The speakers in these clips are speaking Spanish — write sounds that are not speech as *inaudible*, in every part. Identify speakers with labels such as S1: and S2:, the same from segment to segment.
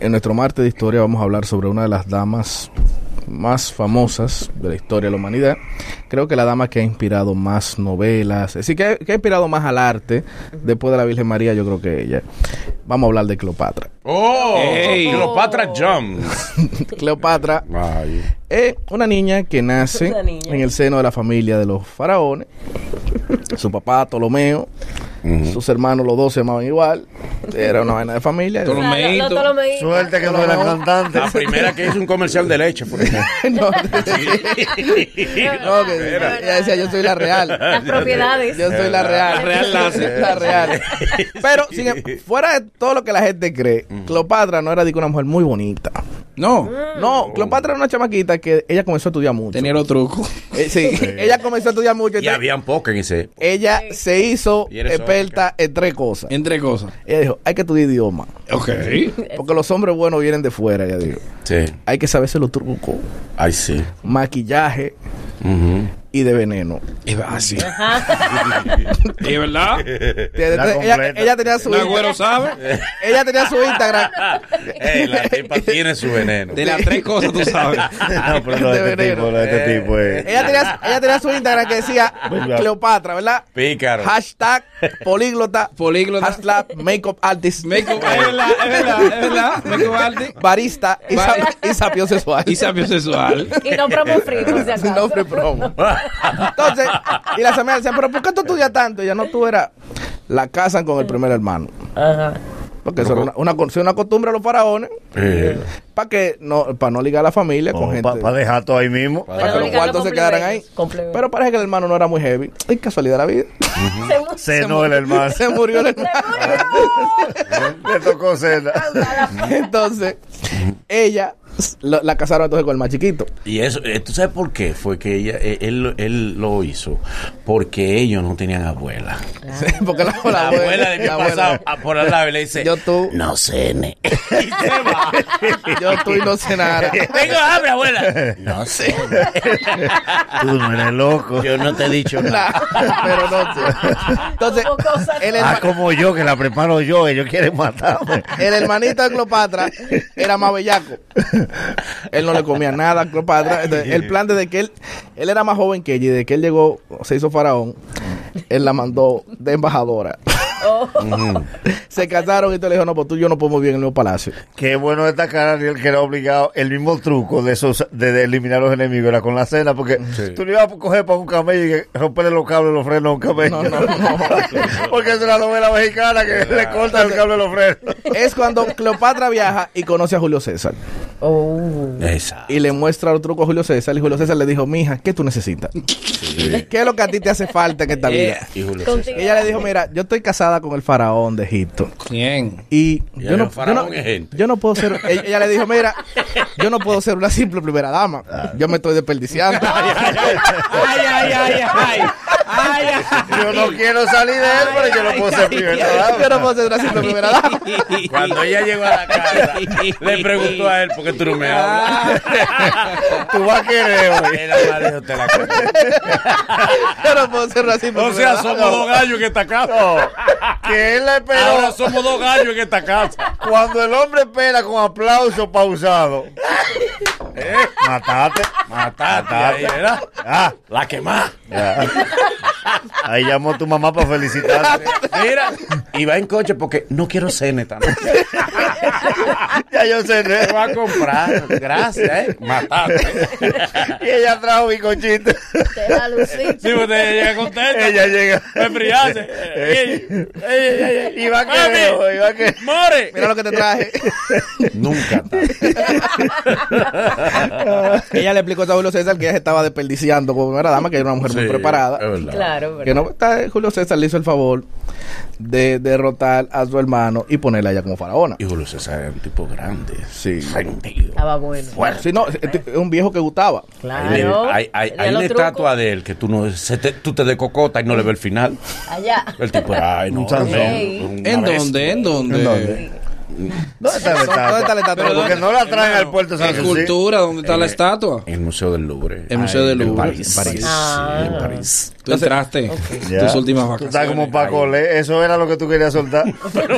S1: en nuestro martes de historia vamos a hablar sobre una de las damas más famosas de la historia de la humanidad. Creo que la dama que ha inspirado más novelas, es decir, que, que ha inspirado más al arte, después de la Virgen María, yo creo que ella. Vamos a hablar de Cleopatra. *laughs*
S2: ¡Oh!
S3: Ey.
S2: Cleopatra Jones.
S1: Cleopatra
S2: Ay.
S1: es una niña que nace
S4: Una niña.
S1: en el seno de la familia de los faraones. Su papá, Ptolomeo,
S2: Mm.
S1: sus hermanos, los dos se llamaban igual. Era una vaina de familia.
S4: O sea, lo-
S3: Ptolomeíto.
S4: lo Ptolomeíto.
S5: Suerte que no eran cantantes.
S2: La primera que hizo un comercial de leche. por ejemplo.
S1: *laughs* No, No, que
S4: Era.
S1: ella decía, *laughs* yo soy la real.
S4: Las propiedades.
S1: Yo soy la real.
S3: La
S4: *laughs*
S3: real la hace.
S1: La real. Pero, sin em- fuera de todo lo que la gente cree, Cleopatra no era digo, una mujer muy bonita.
S3: No,
S1: No, Cleopatra era una chamaquita que ella comenzó a estudiar mucho.
S3: tenía los trucos.
S1: Eh, sí, *laughs* ella comenzó a estudiar mucho.
S2: y
S1: entonces,
S2: habían pocas en ese.
S1: ella se hizo
S2: Y eres
S1: experta en tres cosas.
S3: *laughs* Entre cosas.
S1: Ella dijo, hay que estudiar idioma.
S3: Ok.
S1: Porque los hombres buenos vienen de fuera, ella dijo.
S2: Sí.
S1: Hay que saberse los trucos,
S2: Ay, sí.
S1: maquillaje
S2: Ujú.
S1: y de veneno.
S3: Es así. *laughs* ¿Y verdad?
S5: La
S1: Ella,
S5: completa.
S1: ella tenía su
S3: ¿El agüero sabe?
S1: Ella tenía su Instagram.
S2: Ey, la tipa tiene su veneno.
S3: De las tres cosas tú sabes.
S5: No, pero no,
S1: De Eh,
S5: este
S1: veneno.
S5: tipo, no, este tipo es.
S1: Ella tenía, ella tenía su Instagram que decía
S5: Venga.
S1: Cleopatra, ¿verdad?
S2: Pícaro.
S1: Hashtag políglota.
S3: *laughs* Políglota.
S1: Hashtag makeup artist.
S3: Me co- Ah, *laughs* es verdad, es verdad, es verdad. Me cobarde.
S1: barista y,
S3: Bar-
S1: sap- y sapio sexual.
S3: Y sabio sexual.
S4: Y no promo frito, si acaso.
S1: *laughs* Sin nombre promo. Entonces, y las amigas decían, pero ¿por qué tú estudias tanto? Y ya no, tú eras. La casan con el primer hermano.
S4: Ajá.
S1: Porque eso era una, una, con- sí, una costumbre de los faraones.
S2: *laughs* Eh,
S1: Para que no, para no ligar a la familia con gente.
S5: Para dejar todo ahí mismo.
S2: Pa-
S1: para que los
S4: Pero
S1: cuartos se quedaran ahí.
S4: complementos.
S1: Pero parece que el hermano no era muy heavy. Es casualidad de la vida. *laughs*
S4: Se mu-
S5: Se no el hermano.
S1: Se murió el hermano.
S5: Le tocó cena.
S1: *laughs* Entonces, ella la, la casaron entonces con el más chiquito.
S2: y eso, eh, ¿tú sabes por qué? Fue que ella, eh, él, lo- él lo hizo porque ellos no tenían abuela.
S1: *laughs* Porque la,
S2: La abuela de mi
S1: la abuela,
S2: pasado a- por al lado y le dice:
S1: Yo tú,
S2: No cene. y se va.
S1: yo tú y no
S2: *laughs*
S1: cenara.
S2: Tengo hambre, abuela. No sé.
S5: Tú no eres loco.
S2: Yo no te he dicho nada.
S1: Pero no tú. Entonces,
S4: Como cosa.
S1: el,
S5: Ah,
S1: herma-
S5: como yo, que la preparo yo, ellos quieren matarme.
S2: Ah,
S1: el hermanito de Cleopatra era más bellaco. Él no le comía nada a Cleopatra. Entonces, el plan desde que él, él era más joven que ella y desde que él llegó, se hizo faraón, él la mandó de embajadora. *laughs* Se casaron y te le dijo, no, pues tú y yo no podemos vivir en el mismo palacio. *laughs*
S5: Qué bueno esta cara de él que era obligado. El mismo truco de esos de, de eliminar los enemigos era con la cena, porque tú no ibas a coger para un camello y romperle los cables los frenos a un camello.
S1: No, no, no.
S5: porque es una novela mexicana que le cortan el cable de los frenos.
S1: es cuando Cleopatra viaja y conoce a Julio César.
S4: Oh.
S2: Exacto.
S1: Y le muestra los trucos a Julio César. Y Julio César le dijo, mija, ¿qué tú necesitas? ¿Qué es lo que a ti te hace falta en esta vida?
S3: Yeah.
S2: Y Julio César.
S4: Contigo.
S1: Ella le dijo, mira, yo estoy casada con el faraón de Egipto.
S3: ¿Quién?
S1: Y,
S2: Y
S1: yo
S2: el
S1: no, yo,
S2: faraón
S1: no,
S2: es gente.
S1: yo no puedo ser... Ella ella le dijo, mira, yo no puedo ser una simple primera dama.
S2: Ah.
S1: Yo me estoy
S2: *laughs*
S1: desperdiciando.
S3: Ay, ay, ay, ay. Ay,
S5: Yo no quiero salir de él, pero yo no puedo ser primero. ¿verdad?
S1: yo no puedo ser una simple primera dama.
S2: Cuando ella llegó a la casa, le preguntó a él por qué tú no me hablas.
S5: Tú vas a querer hoy.
S2: Él además dijo, "Te la cuento".
S1: Yo no puedo ser una simple
S2: O
S1: primera
S2: sea,
S1: dama.
S2: somos dos gallos en esta casa.
S5: No, que él la
S2: Ahora
S5: esperó.
S2: somos dos gallos en esta casa.
S5: Cuando el hombre espera con aplauso pausado. ¿Eh? Matate.
S2: Mataste ahí, ¿verdad?
S5: Ah,
S2: La quemá.
S5: ahí llamó tu mamá
S2: *laughs*
S5: para felicitarte.
S2: Mira, y va en coche porque no quiero cene también.
S5: Ya yo cené.
S2: Te va a comprar. Gracias, ¿eh? *laughs* Mataste.
S5: Y ella trajo bicochito.
S4: Te la luciste.
S2: Sí, usted llega contenta.
S5: Ella llega. Eh,
S2: Me friaste. Ey, ey, ey, ey.
S5: Y va a querer
S2: Mami.
S5: hoy, va a querer.
S2: ¡More!
S1: Mira lo que te
S2: *laughs*
S1: traje.
S2: Nunca
S1: Ella le explicó a Julio César que ella se estaba desperdiciando como primera dama, que era una mujer muy preparada.
S4: Claro,
S1: Que
S4: pero.
S1: no está Julio César le hizo el favor de derrotar a su hermano y ponerla ella como faraona.
S2: Y Julio César era un tipo grande.
S1: Sí.
S2: Sentido.
S4: Estaba bueno.
S2: Fuerte.
S1: Sí, no, es es un viejo que gustaba.
S2: Hay,
S4: Claro.
S2: hay, hay,
S4: Tenía
S2: hay
S4: los
S2: una
S4: trucos.
S2: estatua de él que tú, no, se te, tú te descocotas y no le ves el final.
S4: Allá.
S2: El tipo era ay, no,
S5: Un sanzón.
S2: tremendo, una
S3: *laughs* ¿En
S2: bestia.
S3: dónde? ¿En dónde?
S5: ¿En dónde? ¿Dónde está la estatua?
S1: ¿Dónde está la estatua?
S5: Porque no la traen al puerto de San
S3: ¿En
S5: Jesús.
S3: Eh, cultura? ¿Dónde está la estatua?
S2: En el Museo del Louvre.
S3: El Museo del
S2: En
S3: Louvre.
S2: París.
S3: En París.
S2: Sí,
S4: Ah.
S2: en París.
S3: ¿Tú Tú entraste.
S5: Ya.
S3: Tus últimas
S5: Tú
S3: vacaciones.
S5: estás como Paco Le, eso era lo que tú querías soltar.
S2: Pero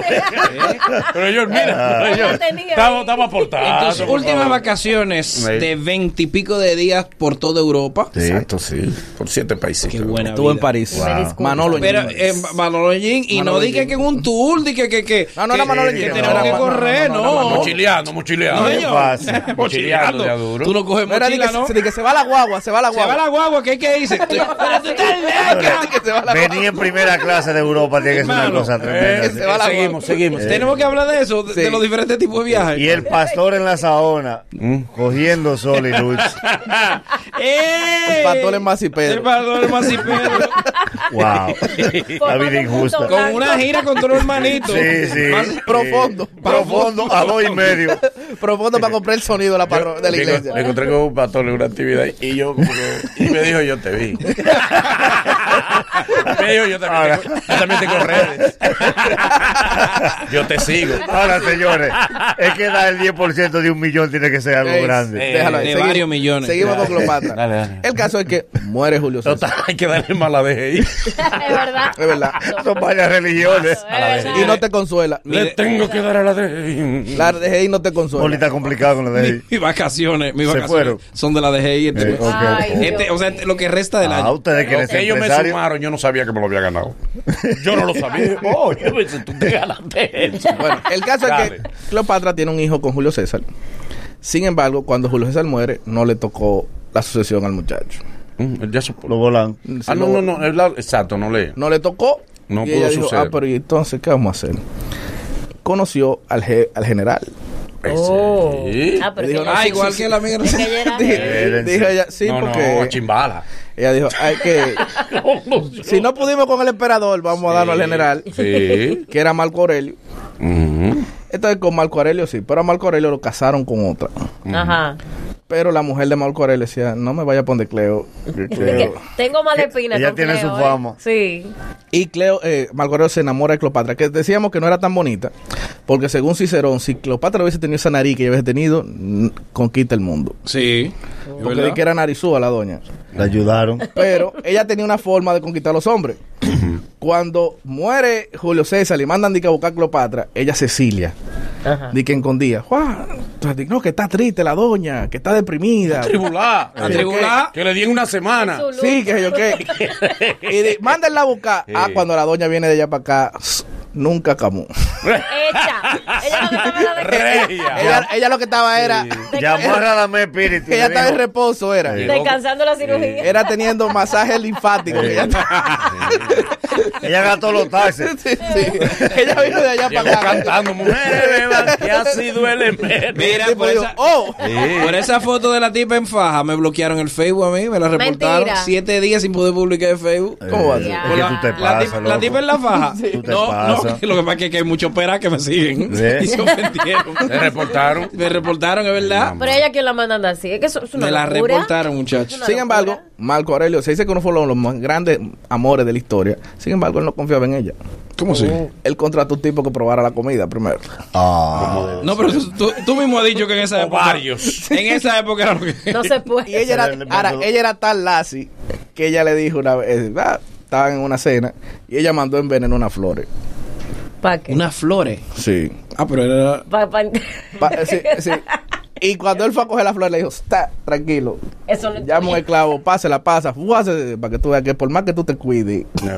S2: yo,
S4: Ah.
S2: mira, yo,
S4: Yo tenía
S2: estamos,
S4: ahí.
S2: estamos
S3: En
S2: aportados.
S3: tus últimas vacaciones
S2: Ahí.
S3: de veintipico de días por toda Europa.
S2: Exacto, sí. Por siete países.
S3: Qué buena
S1: Estuvo en
S3: vida.
S1: París.
S5: Wow. Me
S4: disculpa.
S1: Manolo.
S3: Pero
S1: Ñiño.
S3: eh, Manolo Yin, y
S1: Manolo
S3: no dije
S1: Yin.
S3: que en un tour, dije que, que,
S1: No, no,
S3: que- eh,
S1: no, Manolo
S3: que
S1: Yin, no,
S3: tenemos
S1: no,
S3: que
S1: no,
S3: correr,
S1: no, no,
S3: no.
S1: no, no,
S2: Mochileando, mochileando.
S3: No,
S5: ¿Qué
S3: señor.
S5: pasa?
S2: Mochileando ya duro.
S3: Tú lo coges
S1: Mira, di que
S3: mochila,
S1: se-
S3: ¿no?
S1: di que se va la guagua, se va la
S3: Se va
S1: guagua.
S3: la guagua, ¿qué, qué dices? Tú- *laughs* Pero
S1: *laughs*
S3: tú estás loca.
S1: Que se va la guagua.
S5: Venir en primera clase de Europa tiene que ser una
S3: Hermano,
S5: cosa
S2: Eh,
S5: tremenda.
S1: se va la
S2: seguimos, seguimos.
S3: Pues Tenemos que hablar de eso, de,
S1: Sí.
S3: de los diferentes tipos de viajes.
S5: Y el pastor en la saona, cogiendo sol y luz.
S3: ¡Ey!
S1: El pastor en Masipedro.
S3: El pastor en Masipedro.
S5: Wow. La
S4: Formando
S5: vida
S4: un
S5: injusta.
S4: punto
S3: Con
S1: *laughs*
S3: una gira contra un hermanito.
S5: Sí, sí.
S3: Mas-
S1: Profundo.
S5: Sí. Profundo a dos y medio.
S1: Profundo para comprar el sonido de la, parro- de la
S2: Me
S1: iglesia.
S2: encontré- Me encontré con un pastor en una actividad y yo como que, y me dijo yo te vi. me dijo yo también, tengo, yo también tengo redes. *laughs* yo te sigo.
S5: Ahora, señores, es que dar el 10% de un millón tiene que ser algo
S1: Ey,
S5: grande.
S1: déjalo ahí.
S3: Eh, de varios millones.
S1: Seguimos con Cleopatra.
S2: Dale, dale.
S1: El caso es que muere Julio César.
S2: Total, hay que darle mala de
S4: *laughs* Es verdad.
S1: Es verdad.
S5: Son varias religiones.
S4: Es verdad.
S1: Y no te consuela.
S2: Le tengo que dar a la DGI.
S1: La DGI no te
S5: Poli
S1: consuela.
S5: está complicado con lo de ahí.
S3: Mis vacaciones, mis
S5: Se
S3: vacaciones
S5: fueron.
S3: son de la DGI. Este,
S5: Eh, ok.
S4: Ay, Dios.
S3: este, o sea, este, lo que resta del
S5: Ah,
S3: año.
S5: ustedes quieren
S2: Lo
S5: ser
S2: que ellos me
S5: empresarios.
S2: sumaron, yo no sabía que me lo había ganado. Yo no lo sabía. Oh, yo pensé, tú te ganaste eso.
S1: Bueno, el caso es que
S2: Dale.
S1: Cleopatra tiene un hijo con Julio César. Sin embargo, cuando Julio César muere, no le tocó la sucesión al muchacho.
S2: Mm, Ya supo.
S5: Lo volan.
S2: Ah, no, no, no. es la- Exacto, no lee.
S1: No le tocó.
S2: No
S1: y
S2: pudo
S1: ella dijo,
S2: suceder.
S1: ah, pero ¿y entonces qué vamos a hacer? Conoció al, je- al general.
S4: Oh.
S2: Sí.
S4: Ah, pero
S1: Le digo,
S4: que-
S3: Ah, igual que la mía.
S4: que
S1: *laughs*
S4: ella era-
S1: Dijo dijo ella, sí,
S2: no,
S1: porque...
S2: no, chimbala.
S1: Ella dijo, hay que... *laughs* si no pudimos con el emperador, vamos a darlo al general,
S2: Sí.
S1: que era Marco Aurelio.
S2: Ujú.
S1: Entonces con Marco Aurelio sí, pero a Marco Aurelio lo casaron con otra.
S4: Ajá.
S1: Pero la mujer de Marco Aurelio decía, no me vaya a poner Cleo.
S4: Que Tengo mala espina.
S5: Ella
S4: con
S5: tiene
S4: Cleo,
S5: su
S4: ¿eh?
S5: fama.
S4: Sí.
S1: Y Cleo, eh, Marco Aurelio se enamora de Cleopatra, que decíamos que no era tan bonita, porque según Cicerón, si Cleopatra hubiese tenido esa nariz que ella hubiese tenido, mm, conquista el mundo.
S3: Sí.
S1: Porque di que era narizúa la doña.
S5: La ayudaron.
S1: Pero ella tenía una forma de conquistar a los hombres. Cuando muere Julio César y mandan di que a buscar a Cleopatra, ella Cecilia.
S4: Ajá.
S1: Di que escondía. "Juan, di- No, que está triste la doña, que está deprimida.
S2: Tribulá.
S3: A tribular.
S2: Que le di en una semana.
S4: Su luz.
S1: Sí, que sé yo qué. Y di- mándenla a buscar. Ah, cuando la doña viene de allá para acá, s- nunca camó.
S4: Hecha. Ella no sabe nada de
S1: *laughs*
S2: Regia.
S1: Ella, ella lo que estaba era.
S5: Llamó a Radamés Spirit.
S1: Que ella estaba en reposo, era.
S5: Sí.
S4: Descansando la cirugía.
S1: Era teniendo masaje linfático. que ella estaba-
S5: Ella gastó
S2: *laughs*
S5: los taxes.
S1: *laughs* sí, sí. Ella vino de allá
S2: Llegó
S1: para acá.
S2: cantando, mujeres,
S1: *laughs*
S2: que así duele menos.
S3: Mira,
S1: Tipo
S3: por
S1: dijo,
S3: esa,
S1: oh.
S3: por esa foto de la tipa en faja me bloquearon el Facebook a mí, me la reportaron.
S4: Mentira.
S3: Siete días sin poder publicar el Facebook.
S1: ¿Cómo va a ser?
S5: Eh,
S4: Por
S5: Es
S4: la-
S5: que tú te
S3: La,
S5: pasas,
S3: tip- la tipa en la
S5: *laughs*
S3: faja.
S5: Tú te
S3: no,
S5: pasas.
S3: no, que *laughs* lo que pasa es que, que hay muchos peras que me siguen.
S5: Sí.
S3: *laughs* Y se ofendieron.
S2: Le reportaron.
S3: me reportaron, es verdad.
S4: Pero ella quien la manda a andar así. Es que eso es una
S3: Me la
S4: locura.
S3: reportaron, muchachos.
S4: Una
S1: Sin
S4: locura.
S1: embargo, Marco Aurelio se dice que uno fue uno de los más grandes amores de la historia. Sin embargo, él no confiaba en ella.
S3: ¿Cómo sí?
S1: Él contrató un tipo que probara la comida primero.
S5: Ah.
S3: No, pero tú, tú- tú mismo has dicho que en esa época.
S2: Ovarios.
S3: En esa época era
S4: *laughs*
S3: lo que.
S4: No se
S1: *laughs*
S4: puede.
S1: Y ella era,
S5: Ese era el
S1: ahora,
S5: método.
S1: ella era tan lazy que ella le dijo una vez, ah, estaban en una cena y ella mandó envenenar unas flores.
S4: ¿Para qué?
S3: Unas flores.
S1: Sí.
S3: Ah, pero era.
S4: Pa- pa- *laughs*
S1: Pa- eh, sí, sí.
S2: *laughs*
S1: Y cuando él fue a coger la flor, le dijo, está tranquilo.
S4: Eso no
S1: Llama un esclavo, pásela, pasa, fuase, para que tú veas que por más que tú te
S2: *laughs*
S1: cuides.
S4: Donde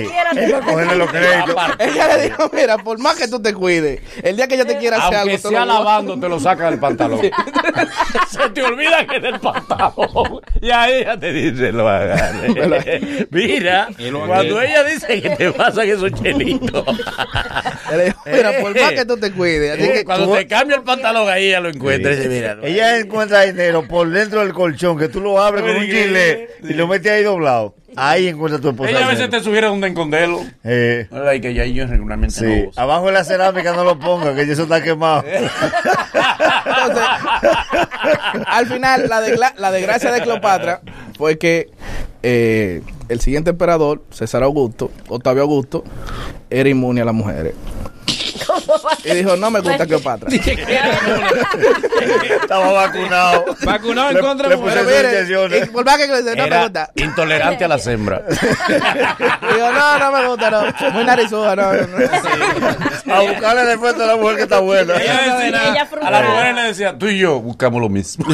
S5: Ey,
S4: quiera.
S5: es para cogerle los créditos.
S1: Ella le dijo, mira, por más que tú te cuides, el día que yo te quiera hacer algo,
S2: Aunque
S1: tú
S2: sea
S1: no lo vas a-
S2: lavando, te lo saca del pantalón. *laughs* Se te olvida que es del pantalón. Y ahí ella te dice, lo agarre. Mira,
S3: Y lo
S2: cuando
S3: agarre.
S2: ella dice que te pasan esos chelitos.
S1: Él le dijo, mira, por más
S2: *laughs* Eh.
S1: que tú te cuides. Así que
S2: Cuando
S1: tú-
S2: te cambia el pantalón, ahí ella lo encuentra. y dice, mira, lo-
S5: Ella encuentra dinero por dentro del colchón, que tú lo abres con un chile y lo metes ahí doblado. Ahí encuentra tu esposa.
S2: Ella a veces
S5: dinero.
S2: te sugiere un dencondelo.
S5: Eh,
S2: Pues, Ay, que ya yo regularmente
S5: sí.
S2: no uso.
S5: Abajo de la cerámica no lo ponga, que eso está quemado.
S1: Entonces, *laughs* al final, la, degla- la desgracia de Cleopatra fue que eh, el siguiente emperador, César Augusto, Octavio Augusto, era inmune a las mujeres.
S4: ¿Cómo va a
S1: Y dijo, no me gusta Cleopatra.
S5: Estaba vacunado.
S3: Vacunado en
S5: Le-
S3: contra de
S5: le
S3: mujeres.
S1: Pero
S5: pusieron
S1: mire,
S5: inyecciones.
S1: y eh, por más que le dice, no me
S2: Era
S1: gusta.
S2: intolerante a las *laughs* hembras.
S1: Y digo, no, no me gusta, no. Muy narizuda, no. no, no.
S5: A buscarle después a la mujer que está buena.
S4: Ella
S2: decía- a
S4: frustrada.
S2: las mujeres le decía, tú y yo buscamos lo mismo.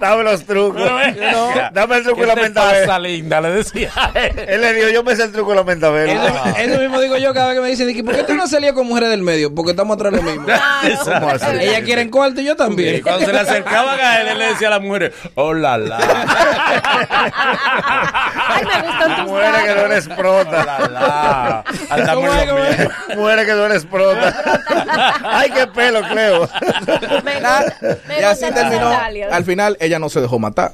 S5: Dame los
S2: *laughs*
S5: trucos.
S2: Pero *laughs* ven acá.
S5: Dame el truco
S2: ¿Qué
S5: de la
S2: te
S5: mentavera.
S2: pasa, linda? Le decía.
S5: Él le dijo, yo me sé el truco de la mentavera.
S3: Eso, eso mismo digo yo cada vez que me dicen, Dicky, ¿por qué tú no has salido con mujeres del medio? Porque estamos atrás de lo
S5: *laughs*
S3: mismo.
S1: *laughs*
S3: *laughs*
S5: ¿Cómo así?
S3: Ellas quieren cuarto y yo
S2: Y
S3: también.
S2: cuando *laughs* se le acercaban a él, él le decía a las mujeres, oh la la.
S4: Ay, me gustan tus
S5: Muere que no
S4: manos.
S5: eres prota.
S2: la
S5: *laughs*
S2: la. Andamos
S3: ¿Cómo
S2: en
S3: es,
S2: lo
S3: cómo es?
S2: mismo.
S5: Muere que no eres *laughs* prota. Ay, qué pelo, creo.
S4: Me
S1: Nada.
S4: gusta- me
S1: Y así
S4: gustan tus
S1: terminó.
S4: sandalias.
S1: Al final, ella no se dejó matar.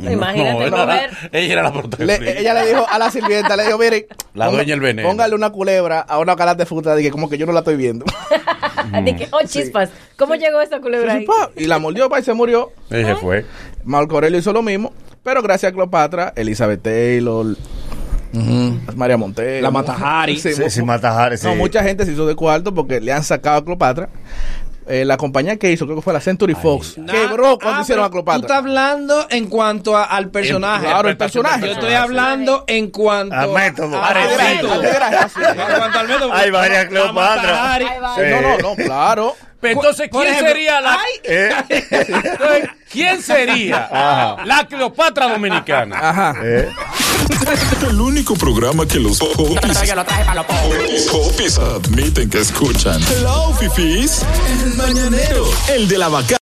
S2: No,
S4: Imagínate,
S2: era la-
S1: *laughs*
S4: mujer.
S2: ella era la
S1: Le-
S2: protagonista.
S1: ella le dijo a la sirvienta, le dijo, mire,
S2: La
S1: ponga-
S2: dueña del veneno.
S1: Póngale una culebra a una calata de fruta, dije, como que yo no la estoy viendo.
S4: De que, oh, chispas. ¿Cómo llegó esta culebra ahí?
S1: Pa, y la mordió, pa, y se murió.
S2: Y se fue.
S1: Marco Aurelio hizo lo mismo, pero gracias a Cleopatra, Elizabeth Taylor, María Montero.
S3: La Matajari.
S1: Sí, mu-
S5: Sí, sin matajar.
S1: No, mucha gente se hizo de cuarto porque le han sacado a Cleopatra. Eh, la compañía que hizo, creo que fue la Century Fox, quebró cuando
S3: Ah,
S1: hicieron
S3: pero
S1: a Cleopatra.
S3: Tú estás hablando en cuanto a- al personaje.
S1: Claro, el personaje.
S3: Yo estoy hablando en cuanto
S5: Al método.
S3: a-
S2: Al
S3: al
S2: método.
S3: método. En cuanto al método.
S5: Hay varias
S3: La
S5: Cleopatra.
S3: Matahari.
S4: Ahí va.
S1: Sí, No, no, no, claro.
S2: Entonces,
S3: Por
S2: ¿quién
S3: ejemplo,
S2: sería la
S3: ay,
S5: Eh, *laughs*
S2: Entonces, ¿Quién sería la Cleopatra dominicana?
S1: Ajá.
S5: eh.
S6: El único programa que los popis, popis, popis admiten que escuchan. Hello, fifis. El mañanero. El de la vaca.